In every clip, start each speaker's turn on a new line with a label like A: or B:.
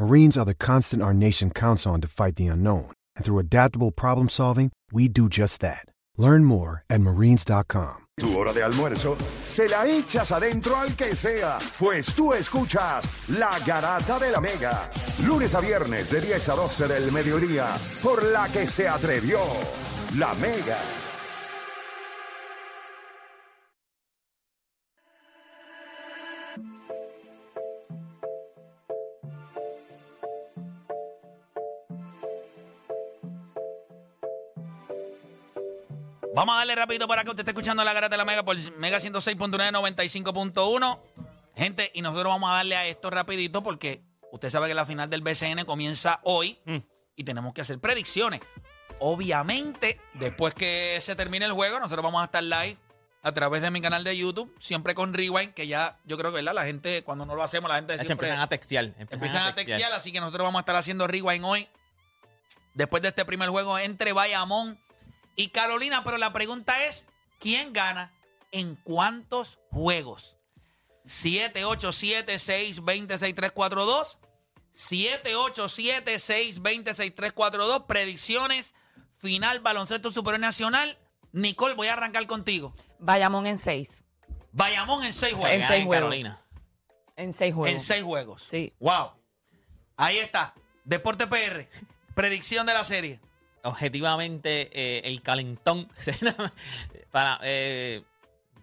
A: Marines are the constant our nation counts on to fight the unknown. And through adaptable problem solving, we do just that. Learn more at marines.com.
B: Tu hora de almuerzo se la echas adentro al que sea, pues tú escuchas La Garata de la Mega, lunes a viernes de 10 a 12 del mediodía, por la que se atrevió La Mega.
C: Vamos a darle rapidito para que usted esté escuchando la garata de la Mega por Mega 106.9, 95.1. Gente, y nosotros vamos a darle a esto rapidito porque usted sabe que la final del BCN comienza hoy y tenemos que hacer predicciones. Obviamente, después que se termine el juego, nosotros vamos a estar live a través de mi canal de YouTube, siempre con Rewind, que ya yo creo que ¿verdad? la gente, cuando no lo hacemos, la gente
D: Nacho,
C: siempre
D: empiezan a textear. Empiezan,
C: empiezan a textear, así que nosotros vamos a estar haciendo Rewind hoy. Después de este primer juego entre Bayamón y Carolina, pero la pregunta es, ¿quién gana? ¿En cuántos juegos? 787-620-6342. 787-620-6342. Predicciones. Final Baloncesto Superior Nacional. Nicole, voy a arrancar contigo.
E: Bayamón en seis.
C: Bayamón en seis
D: Que
C: juegos.
E: En
D: gane
E: seis juegos.
D: Carolina.
E: En seis juegos.
C: En seis juegos.
E: Sí.
C: Wow. Ahí está. Deporte PR. Predicción de la serie.
D: Objetivamente, eh, el calentón. para, eh,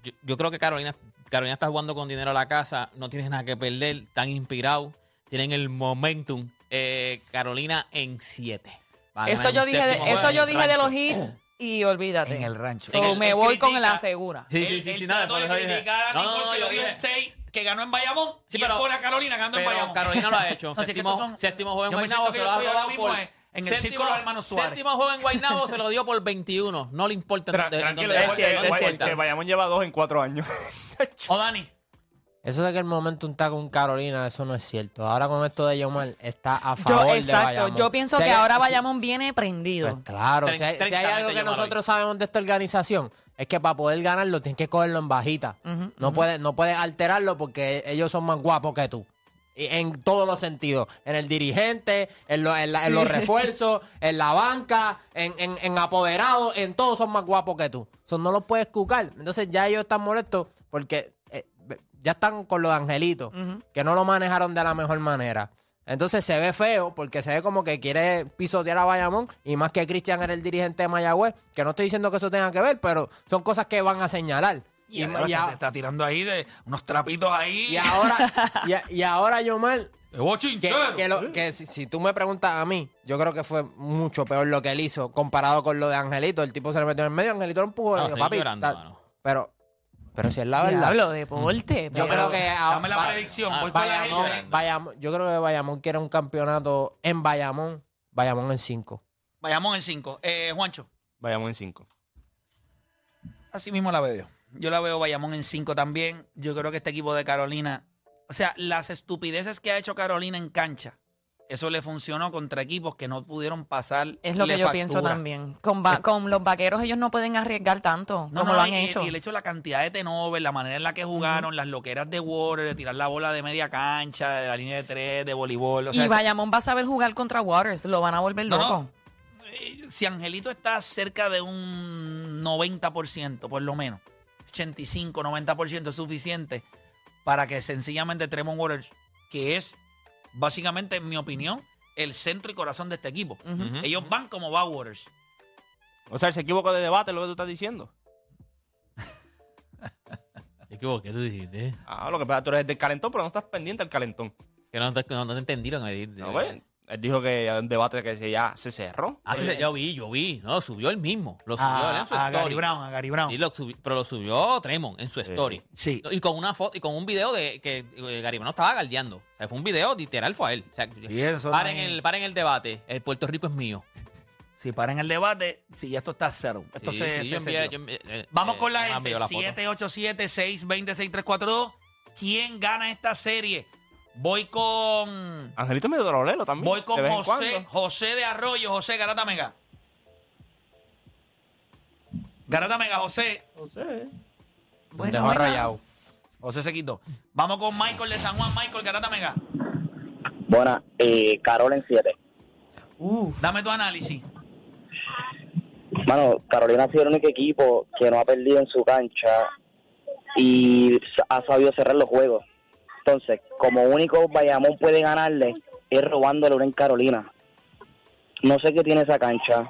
D: yo, yo creo que Carolina, Carolina está jugando con dinero a la casa. No tienes nada que perder. Están inspirados. Tienen el momentum. Eh, Carolina en 7.
E: Eso yo dije, de, eso yo dije de los hits y olvídate.
C: En el rancho.
E: So,
D: En el-
E: me voy con
C: critica-
E: la segura.
D: Sí,
C: Él-
D: sí, sí,
C: él
D: sí, nada,
C: trató
D: por
C: de
D: eso dije-
C: criticar a
D: No, no,
C: Nicole,
D: no,
C: que
D: yo
C: lo dio
D: dije-
C: en 6, que ganó en Bayamón.
D: Sí,
C: y él
D: pero-
C: pone a Carolina ganando en
D: Pero
C: Bayamón.
D: Carolina lo ha hecho.
C: No, si es que
D: séptimo,
C: estos son-
D: séptimo juego en
C: Yo me
D: Guaynabo
C: siento
D: se
C: que
D: lo ha
C: estoy ahora
D: robado
C: mismo
D: por.
C: en el círculo de hermanos Suárez.
D: Séptimo juego en Guaynabo se lo dio por 21. No le importa. en
F: Tra-
D: dónde- en
F: tranquilo,
D: dónde-
F: es
D: en dónde
F: cierto, es
D: importa.
F: cierto. Que Bayamón lleva dos en cuatro años.
C: O Oh, Dani.
G: Eso de que el momento está con Carolina, eso no es cierto. Ahora con esto de Yomar está a
E: Yo,
G: favor de
E: exacto.
G: Bayamón.
E: Yo pienso
G: Si
E: que
G: hay-
E: ahora
G: si-
E: Bayamón viene
G: Pues
E: prendido.
G: claro,
D: Tre-
G: si hay, si hay
D: treintamente
G: algo que
D: Yomar hoy.
G: nosotros sabemos de esta organización, es que para poder ganarlo tienes que cogerlo en bajita.
E: Ujú,
G: no, puedes, no puedes alterarlo porque ellos son más guapos que tú. Y en todos los sentidos. En el dirigente, en, lo- en la- en los refuerzos, en la banca, en, en, en apoderados, en todos son más guapos que tú. Eso no los puedes cucar. Entonces ya ellos están molestos porque eh, ya están con los angelitos
E: Ujú.
G: que no lo manejaron de la mejor manera. Entonces se ve feo porque se ve como que quiere pisotear a Bayamón y más que Cristian era el dirigente de Mayagüez, que no estoy diciendo que eso tenga que ver, pero son cosas que van a señalar.
C: Y,
G: Y-
C: ahora
G: y
C: que
G: a-
C: te está tirando ahí de unos trapitos ahí.
G: y ahora, y, a- y ahora Yomar,
C: De bochinchero.
G: que, que lo- que si, si tú me preguntas a mí, yo creo que fue mucho peor lo que él hizo comparado con lo de Angelito. El tipo se le metió en el medio, Angelito lo empujó,
D: No,
G: y dijo,
D: estoy
G: papi.
D: Ah, llorando,
G: ta-
D: mano.
G: pero, pero si es la verdad.
E: Diablo, deporte.
G: Yo
E: pero-
G: creo que a-
C: Dame la
G: va-
C: predicción.
D: ah,
C: voy con la
G: Bayamón,
C: gente.
G: Bayamón- yo creo que Bayamón quiere un campeonato en Bayamón, Bayamón en 5.
C: Bayamón en 5. Eh, Juancho.
F: Bayamón en cinco.
C: Así mismo la veo. Yo la veo Bayamón en 5 también. Yo creo que este equipo de Carolina. O sea, las estupideces que ha hecho Carolina en cancha. Eso le funcionó contra equipos que no pudieron pasar.
E: Es lo que
C: le
E: yo pienso
C: factura.
E: también. Con, va- con los vaqueros ellos no pueden arriesgar tanto
C: No,
E: como
C: no,
E: lo han
C: y-
E: hecho.
C: Y el hecho de la cantidad de tenovers, la manera en la que jugaron, las loqueras de Water, de tirar la bola de media cancha, de la línea de tres, de voleibol. O sea,
E: y Bayamón va a saber jugar contra Waters. Lo van a volver
C: No, no.
E: loco.
C: eh, si Angelito está cerca de un 90%, por lo menos, 85, 90% es suficiente para que sencillamente Tremont Waters, que es básicamente, en mi opinión, el centro y corazón de este equipo.
E: Ujú.
D: Ujú.
C: Ellos van como va Waters.
F: O sea, se equivocó de debate lo que tú estás diciendo.
D: equivoqué, tú dijiste.
F: Ah, lo que pasa, tú eres del calentón, pero no estás pendiente al calentón.
D: Que no te, no, no te entendieron. me di-
F: No, pues, él dijo que había un debate que se- ya se cerró.
D: Ah, sí, sí, yo vi, yo vi. No, subió él mismo. Lo subió él
C: Ah, A,
D: en su
C: a Gary
D: story.
C: Brown, a Gary Brown.
D: Sí, lo subi- pero lo subió Tremont en su story.
C: Sí.
D: Y con una foto, y con un video de que eh, Garibaldi no estaba galdeando. O sea, fue un video literal, fue a él. O sea,
C: Y eso
D: paren,
C: no es-
D: el, paren el debate. El Puerto Rico es mío.
C: Si paran el debate, si ya esto está cero. Esto
D: Sí,
C: se- se
D: sí, yo envié-
C: selló.
D: yo envié- eh,
C: Vamos
D: eh,
C: con la
D: Ana
C: gente.
D: envió foto.
C: 787-620-6342. ¿Quién gana esta serie? Voy con.
F: Angelito medio dolorelo también.
C: Voy con
F: de vez en
C: José,
F: cuando.
C: José de Arroyo, José Garata Mega. Garata Mega, José.
G: Te dejó rayado.
C: José se quitó. Vamos con Michael de San Juan, Michael Garata Mega.
H: Bueno, eh, Carol en 7.
C: Dame tu análisis.
H: Bueno, Carolina ha sido el único equipo que no ha perdido en su cancha y sa- ha sabido cerrar los juegos. Entonces, como único Bayamón puede ganarle es robándole una en Carolina. No sé qué tiene esa cancha.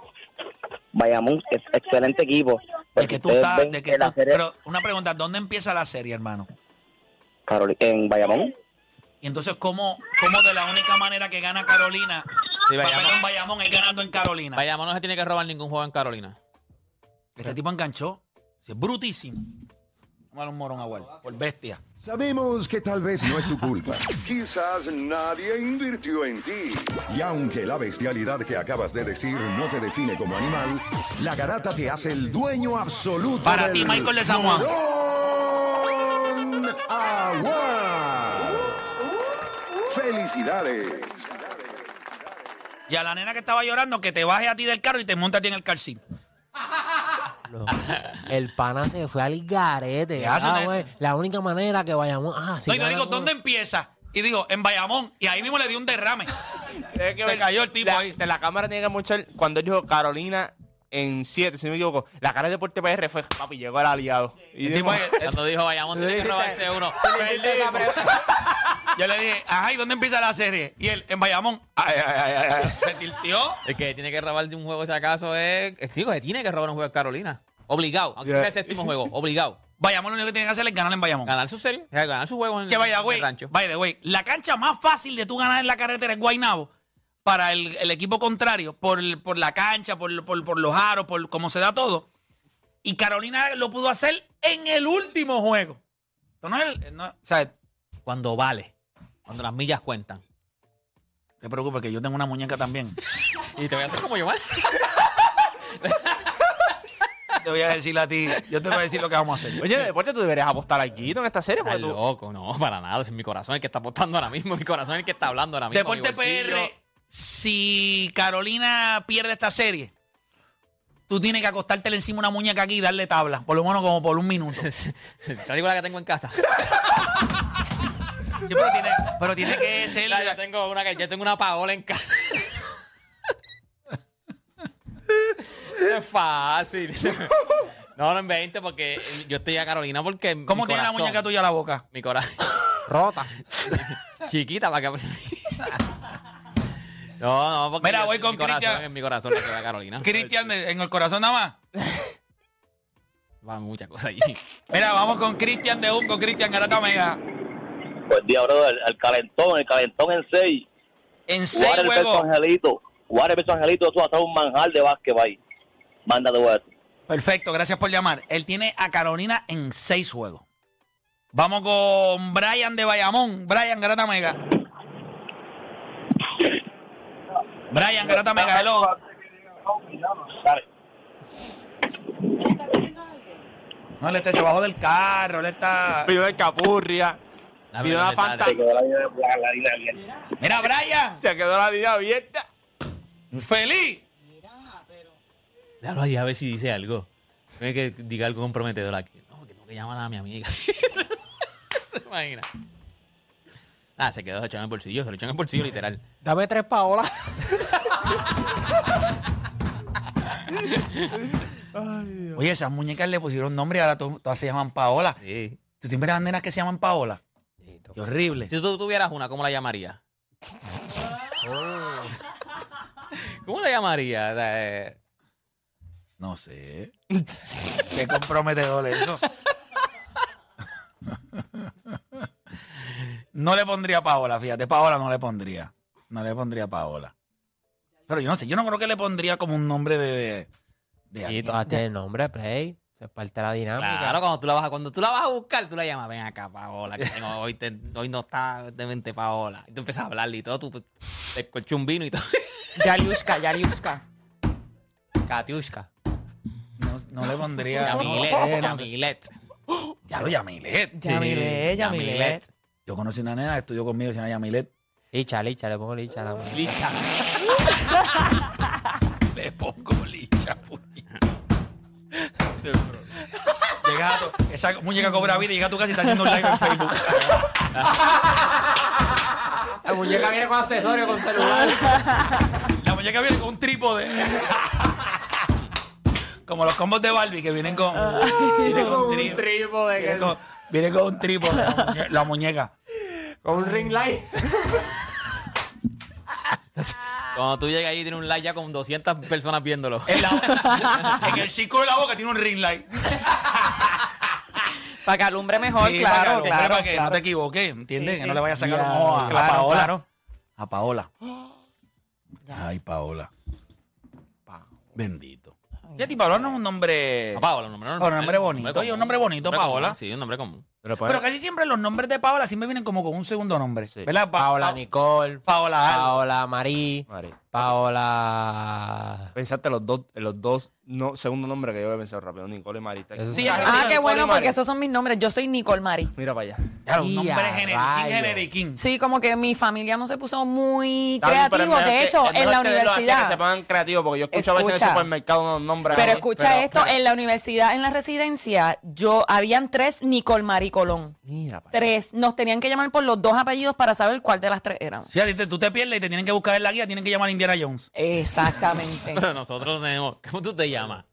H: Bayamón es excelente equipo.
C: De
H: Porque
C: que tú
H: ustedes
C: estás.
H: ven
C: De
H: que
C: que
H: la
C: tú-
H: serie-
C: pero una pregunta: ¿dónde empieza la serie, hermano?
H: Caroli- en Bayamón.
C: Y entonces, ¿cómo, cómo de la única manera que gana Carolina?
D: Sí,
C: Bayamón.
D: Bayamón,
C: Bayamón es ganando en Carolina.
D: Bayamón no se tiene que robar ningún juego en Carolina.
C: Este tipo enganchó. Sí, Es brutísimo. Vamos a dar un morón a Walt, Por bestia.
B: Sabemos que tal vez no es tu culpa. Quizás nadie invirtió en ti. Y aunque la bestialidad que acabas de decir no te define como animal, la garata te hace el dueño absoluto.
C: Para
B: del
C: ti, Michael de San Juan.
B: Morón Agua. Felicidades.
C: Y a la nena que estaba llorando, que te baje a ti del carro y te monte a ti en el calcín.
G: El pana se fue al garete.
C: ¿Qué hace
G: ah,
C: una-
G: güey. La única manera que vayamos. Ah, sí.
C: no, y yo
G: gana
C: digo,
G: con-
C: ¿dónde empieza? Y digo, en Bayamón. Y ahí mismo le dio un derrame.
F: Tiene que
C: Se
F: ver-
C: cayó el tipo
F: la,
C: ahí.
F: de la cámara tiene que mochar. Cuando él dijo Carolina en 7, si no me equivoco, la cara de Deporte PR fue, papi, llegó el aliado. Y
C: El tipo
F: después-
C: que-
D: Cuando dijo Bayamón tiene que robarse uno.
C: yo le dije, ajá, ¿y dónde empieza la serie? Y él, en Bayamón.
F: Ay, ay, ay, ay, ay.
C: Se tilteó.
D: El que tiene que robar de un juego, si acaso, es. es- Digo, se tiene que robar un juego en Carolina. Obligado. Aunque sea
F: Yeah.
D: el séptimo juego, obligado.
C: Bayamón lo único que tiene que hacer es ganar en Bayamón.
D: Ganar su serie. o sea, Ganar su juego en,
C: Que vaya,
D: en el
C: güey.
D: rancho.
C: By the way, la cancha más fácil de tú ganar en la carretera es Guaynabo para el, el equipo contrario, por, el- por la cancha, por, por- por los aros, por cómo se da todo. Y Carolina lo pudo hacer en el último juego. Esto no es el- no- o sea,
D: Cuando vale. Cuando las millas cuentan.
C: te preocupes que yo tengo una muñeca también.
D: Y te voy a hacer como yo, ¿vale?
C: te voy a decir a ti, yo te voy a decir lo que vamos a hacer.
F: Oye, Deporte, tú deberías apostar al Guito en esta serie.
D: Estás
F: Porque tú,
D: loco, no, para nada. Es mi corazón el que está apostando ahora mismo. Mi corazón el que está hablando ahora mismo. mi
C: Deporte
D: bolsillo.
C: PR, si Carolina pierde esta serie, tú tienes que acostártela encima una muñeca aquí y darle tabla, por lo menos como por un minuto.
D: Traigo la que tengo en casa.
C: Sí, pero, tiene, pero tiene que ser.
D: yo, tengo una, que- yo tengo una paola en casa. es fácil. No, no en 20 porque yo estoy a Carolina porque mi
C: ¿Cómo tiene la
D: corazón-
C: muñeca tuya la boca?
D: Mi corazón.
G: Rota.
D: Chiquita para que... No, no, porque
C: Mira,
D: yo-
C: voy con
D: mi corazón,
C: Cristian.
D: en mi corazón la que va
C: Ah,
D: Carolina.
C: Cristian, de- en el corazón nada más.
D: Va muchas cosas allí.
C: Mira, vamos con Cristian de Unco, Cristian Garata Mega.
H: Pues día, bro, el, el calentón, el calentón en 6.
C: En seis
H: Juárez versus
C: juegos.
H: Angelito. Juárez versus Angelito, eso va a ser un manjar de básquet, ahí. Mándate, voy a decir.
C: Perfecto, gracias por llamar. Él tiene a Carolina en seis juegos. Vamos con Brian de Bayamón. Brian Garata Mega. Brian Garata Mega, hello. No, él está- se bajó del carro, él está.
F: pidió el Capurria.
D: La
F: Pidió la
D: verdad,
F: Fanta.
D: dale.
H: quedó la línea- la- la línea abierta.
C: Mira, Brian,
F: Se quedó la línea abierta.
C: feliz.
D: Déjalo allá a ver si dice algo. Tiene que diga algo comprometedor aquí. No, que tengo que llamar a mi amiga. ¿Te imaginas? Ah, se quedó echado en el bolsillo, se lo echó en el bolsillo literal.
G: Dame tres paolas.
C: Oye, esas muñecas le pusieron nombre y ahora to- todas se llaman Paola.
D: Sí.
C: ¿Tú tienes las nenas que se llaman Paola? Qué horrible.
D: Si tú tuvieras una, ¿cómo la llamarías? ¿Cómo la llamarías? O sea, eh,
C: No sé. Qué comprometedor eso. No le pondría a Paola, fíjate, Paola no le pondría. No le pondría a Paola. Pero yo no sé, yo no creo que le pondría como un nombre de. de, de
G: Y todas tienen nombre, Play. Se es parte de la dinámica.
D: Claro, cuando tú la vas a, cuando tú la vas a buscar, tú la llamas, ven acá, Paola, que tengo- hoy, te- hoy no está, de vente, Paola. Y tú empiezas a hablarle y todo, tú pues, te escuchas un vino y todo.
E: Yariuska, Yariuska.
G: Katiushka.
C: no, no le pondría.
D: Yamilet, Yamilet.
C: Ya lo Yamilet.
E: Yamilet, Yamilet.
C: Yo conocí una nena que estudió conmigo, se llama Yamilet.
G: Licha, licha, le pongo licha a la mujer.
D: Licha.
C: Le pongo licha, puñeta. Llega a tu- esa muñeca cobra vida y llega a tu casa y está haciendo un live en Facebook.
G: La muñeca viene con accesorio, con celular.
C: La muñeca viene con un trípode. Como los combos de Barbie que vienen con. Viene con un trípode.
G: trípode.
C: Viene
G: que-
C: con, viene con un trípode la, muñe- la muñeca.
G: Con un ring light.
D: Cuando tú llegas ahí, tiene un like ya con 200 personas viéndolo.
C: En, la- en el círculo de la boca tiene un ring light.
E: Para que alumbre mejor,
C: Sí, para que
E: claro,
C: alumbre,
E: claro.
C: para que no
E: claro.
C: te equivoques, ¿entiendes?
E: Sí,
C: que
E: sí.
C: no le vayas a sacar
G: Ya,
C: un ojo a,
G: claro,
C: a Paola.
G: claro.
C: A Paola. Ay, Paola. Bendito. Y a ti, Paola no es un nombre.
D: A Paola, un nombre normal.
C: oh, Un nombre bonito.
D: común.
C: Oye, un nombre bonito,
D: común,
C: Paola.
D: Sí, un nombre común.
G: Pero,
C: Pero casi siempre los nombres de Paola siempre vienen como con un segundo nombre. ¿Verdad? Pa-
G: Paola
C: Pa-
G: Nicole.
C: Paola algo.
G: Paola Marí.
F: Mari,
G: Paola.
F: Pensaste los dos, los dos no, segundo nombres que yo había pensado rápido, Nicole y Marita.
G: Eso
C: Sí, ya-
E: Ah,
F: Mira,
E: qué
F: Nicole
E: bueno,
F: y Mari.
E: porque esos son mis nombres. Yo soy Nicole Mari.
F: Mira para allá.
C: Claro, un
G: Y
C: nombre
G: a
C: generiquín,
G: rayos.
C: generiquín.
E: Sí, como que mi familia no se puso muy
F: Está bien, pero es
E: creativo.
F: mejor
E: De
F: que-
E: hecho,
F: es
E: en
F: mejor
E: la
F: tenerlo así, Que se
E: universidad.
F: pongan creativos, porque yo escucho a veces en el
E: Escucha.
F: supermercado unos nombres.
E: Pero
F: ahí,
E: escucha
F: pero-
E: esto, en la universidad, en la residencia, yo habían tres Nicole Mari Colón.
F: Mira para allá.
E: Tres. Nos tenían que llamar por los dos apellidos para saber cuál de las tres eran.
C: Sí, a ti te- tú te pierdes y te tienen que buscar en la guía, tienen que llamar a Indiana Jones.
E: Exactamente.
D: Pero nosotros tenemos. ¿Cómo tú te llamas?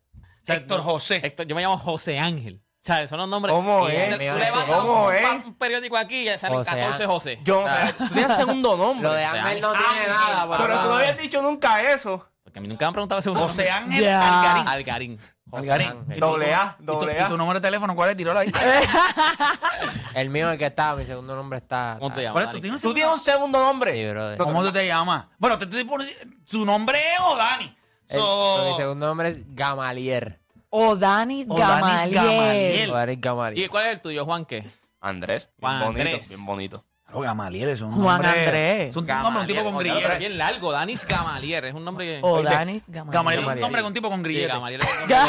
C: Héctor José.
D: Héctor, yo me llamo José Ángel. O sea, son los nombres.
F: ¿Cómo
D: Y-
F: es?
D: Tú levantas
F: ¿Cómo
D: un,
F: es?
D: pa- un periódico aquí y ya salen
G: José
D: 14
G: Ángel.
D: José.
F: Yo no sé. Tú tienes segundo nombre.
G: Lo de Ángel no tiene nada. por
F: Pero tú no
G: favor.
F: habías dicho nunca eso.
D: Porque a mí nunca me han preguntado ese
C: José Ángel Algarín.
D: Algarín.
C: Algarín. Y tu-
F: Doble A,
C: y tu-
F: doble
C: ¿Y
F: A.
C: tu número de teléfono cuál es? Tíralo ahí.
G: El mío es el que está, mi segundo nombre está.
D: ¿Cómo te llamas?
C: ¿Cuál es? ¿Tú
D: Dani?
C: tienes
F: Tú tienes un segundo
G: Sí,
F: nombre.
G: brother.
C: ¿Cómo tú te llamas? Bueno, te, te pone- tu nombre es Odani.
G: El-
C: So-
G: Mi segundo nombre es Gamalier.
E: O Danis
C: Odanis
E: Gamaliel.
C: Gamaliel.
G: Gamalier Gamalier.
D: ¿Y cuál es el tuyo, Juan? ¿Qué?
F: Andrés.
D: Juan
F: Bien bonito,
D: Andrés.
F: bien bonito.
C: Claro, Gamaliel es un
E: Juan
C: nombre-
E: Andrés.
C: Es un nombre, un tipo con
D: Gamaliel, pero es
C: grillete.
D: bien largo. Danis Gamalier. Es un nombre que.
E: O Danis Gamaliel.
C: Gamaliel es un nombre con un tipo con
D: Sí,
C: grillete.
D: Gamaliel es un nombre con,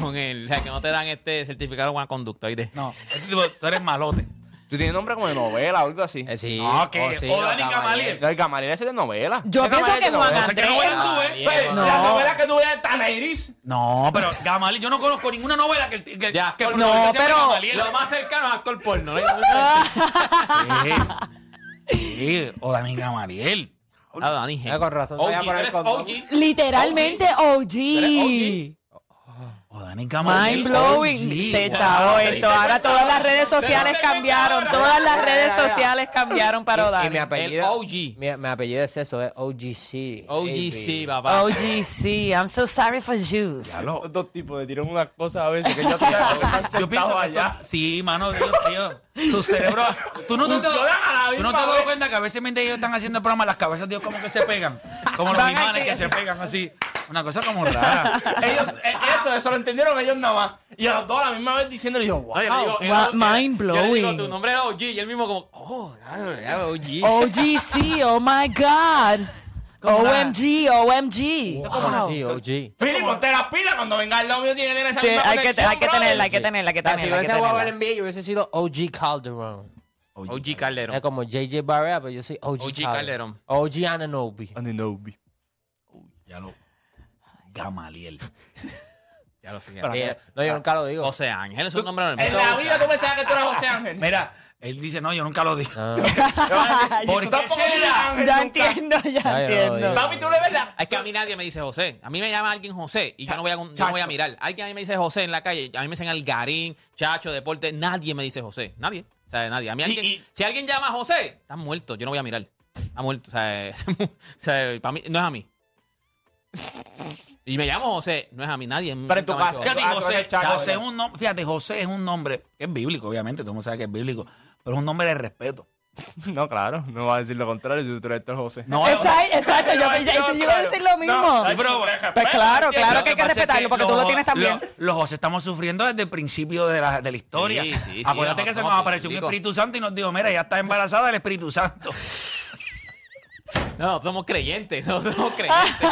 D: con el. o sea, que no te dan este certificado de buena conducta. ¿oíste?
C: No, este tipo, tú eres malote.
F: Tú tienes nombre como de novela o algo así.
G: Eh, sí.
C: Ah, ok.
G: sí,
C: O
G: o
C: Dani Gamaliel.
F: No, el Gamaliel ese es de novela.
E: Yo
F: El
E: pienso
F: Gamaliel
E: que
F: es de
E: Juan
F: novela.
C: O sea, que no
E: Andrés.
C: eres tú, ¿eh?
F: Pero
D: No.
F: Las novelas que tú veías están a Iris.
C: No, pero Gamaliel, yo no conozco ninguna novela que... que
D: Ya,
C: que
D: no,
C: protagonice a
E: pero-
C: Gamaliel.
D: Lo más cercano es actor porno. ¿eh?
G: Ah.
C: Sí, Odani Gamaliel.
D: Ah, Dani G.
G: Ah, con razón, se
D: OG,
G: voy a
D: tú
G: poner
D: eres
G: con-
D: OG.
E: Literalmente OG.
C: Odani Gamaliel.
E: Mind blowing.
C: OG.
E: Se chavó esto. Ahora todas las redes sociales
D: Pero te
E: cambiaron.
D: cuento
E: Todas las
G: Ya,
E: redes
G: ya, ya.
E: sociales cambiaron para
G: Y mi
E: Odanis.
D: El
G: apellido.
D: OG.
G: Mi, mi apellido es eso, es OGC.
D: OGC,
G: baby.
D: papá.
E: OGC, I'm so sorry for you.
C: Diablo.
F: Los dos tipos de tiran unas cosas a veces que ya te están
C: Yo pienso
F: sentados
C: que
F: allá.
C: esto- sí, mano, ellos, ellos- su cerebro, tú no te, tú
F: Funcionan a la
C: no
F: misma
C: te has dado
F: vez.
C: cuenta que a veces mientras ellos están haciendo el programa, las cabezas de ellos como que se pegan, como los
E: Van
C: imanes
E: así,
C: que
E: así.
C: se pegan así, una cosa como rara.
F: Ellos, eh, eso, eso lo entendieron ellos nada más. Y a los dos a la misma vez diciéndole, yo, wow.
D: Oye, le digo,
E: Wow,
D: él- yo le
E: mind
D: digo,
E: blowing.
D: Tu nombre era OG y él mismo como, oh, claro, era OG.
E: OGC, oh my God.
C: Como nada.
E: OMG, OMG.
G: ¿Cómo
E: Eh,
G: así, OG?
F: Fili, ponte las pilas cuando venga el novio tiene que tener esa
E: Sí,
F: misma
E: hay, que,
F: conexión,
E: hay que
F: brother.
E: tenerla, hay que tenerla, hay que
G: O sea, si
E: tenerla. hay que
G: hubiese jugado en
E: tenerla.
G: NBA, yo hubiese sido OG Calderón.
D: OG Calderón.
G: Es como JJ Barrea, pero yo soy OG,
D: OG Calderón.
G: OG Ananobi.
F: Aninobi.
C: Ya lo, Gamaliel.
D: Ya lo sé.
G: Sí, no, yo nunca lo digo.
D: José Ángel es un nombre
F: En
D: normal.
F: la vida tú pensabas que tú eras José Ángel.
C: Mira, él dice, no, yo nunca lo dije.
G: No,
C: ¿Por qué
F: Tampoco eres
C: será?
F: Ángel nunca.
E: Ya entiendo, ya
G: Ya, yo lo
E: entiendo.
G: digo.
F: Papi, tú le ves la...
D: Es que a mí nadie me dice José. A mí me llama alguien José y yo no voy a, yo no voy a mirar. Alguien a mí me dice José en la calle. A mí me dicen Algarín, Chacho, Deporte. Nadie me dice José. Nadie. O sea, nadie. A mí alguien,
F: y-
D: si alguien llama a José, está muerto. Yo no voy a mirar. Está muerto. O sea, es- o sea, para mí, no es a mí. Y me llamo José, no es a mí nadie. nunca
F: en tu
D: me ha
F: caso,
D: dicho
C: Fíjate,
F: Ah, tú
C: José,
F: eres chaco,
C: José es
F: ¿verdad?
C: un nom- fíjate, José es un nombre que es bíblico, obviamente, todo el mundo sabe que es bíblico, pero es un nombre de respeto.
G: No, claro, no va a decir lo contrario si tú eres Héctor José.
C: No,
E: Exacto, exacto, yo,
G: Ay,
E: yo- yo
G: Dios,
E: iba a
G: claro.
E: decir lo mismo.
G: No,
C: Sí, pero-
E: pues claro, claro que hay que
C: pasa es
E: respetarlo, porque tú
C: los
E: lo tienes
C: jo-
E: también.
C: lo- los José estamos sufriendo desde el principio de la, de la historia.
D: Sí, sí, sí,
C: Acuérdate
D: no,
C: que se
D: no,
C: nos apareció un
D: digo-
C: Espíritu Santo y nos dijo, mira, ya está embarazada el Espíritu Santo.
D: No, no somos creyentes, no somos creyentes.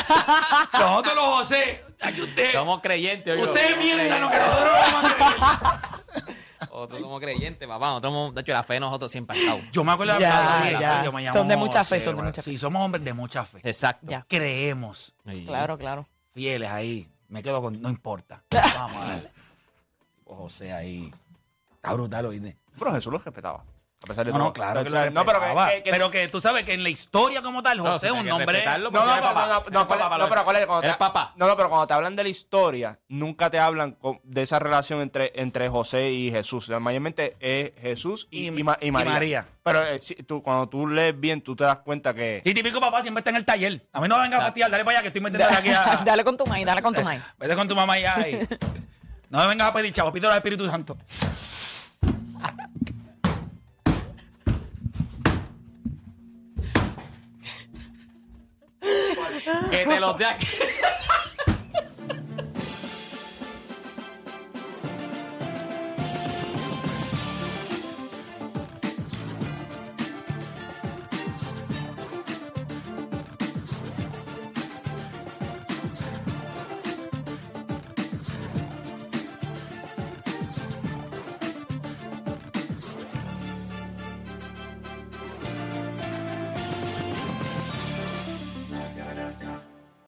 C: Nosotros los José, aquí usted,
D: somos creyentes. oigo.
C: usted
D: Somos
C: mienta lo que
D: creyentes.
C: nosotros vamos a hacer.
D: Nosotros somos creyentes, papá. Nosotros somos- de hecho, la fe nosotros siempre ha estado.
C: Yo me acuerdo de
E: Ya,
C: hablar de la
E: ya.
C: fe, yo me llamo
E: Son de mucha fe,
C: José,
E: son de
C: bueno,
E: mucha fe. Eh.
C: Sí, somos hombres de mucha fe.
D: Exacto.
E: Ya.
C: Creemos,
D: Y-
E: Claro, claro.
C: fieles ahí. Me quedo con, no importa. Vamos a darle. José ahí. Está brutal, oíste.
G: Pero Jesús lo respetaba. A pesar de
C: No,
G: todo.
C: no, claro.
G: Pero que
C: se
G: lo- no, pero
C: respetaba.
G: que- que- que-
C: Pero pues, que tú sabes que en la historia como tal, José es un nombre...
D: No,
G: No, no,
D: no,
G: pero- no, no, no, pero- no, pero ¿cuál es? Cuando
D: Eres
G: te-
D: papá.
G: No, no, pero cuando te hablan de la historia, nunca te hablan co- de esa relación entre, entre José y Jesús. O sea, mayormente es Jesús
C: Y-
G: y, y Ma- y
C: y
G: María.
C: María.
G: Pero eh, si- tú, cuando tú lees bien, tú te das cuenta que...
C: Sí, típico papá siempre está en el taller. A mí no me venga a fastidiar, dale para allá que estoy metiendo aquí a...
E: dale con tu maíz, dale con tu maíz.
C: Vete con tu mamá y ahí. No me vengas a pedir chavo, pídelo al Espíritu Santo.
D: Que te los dé aquí.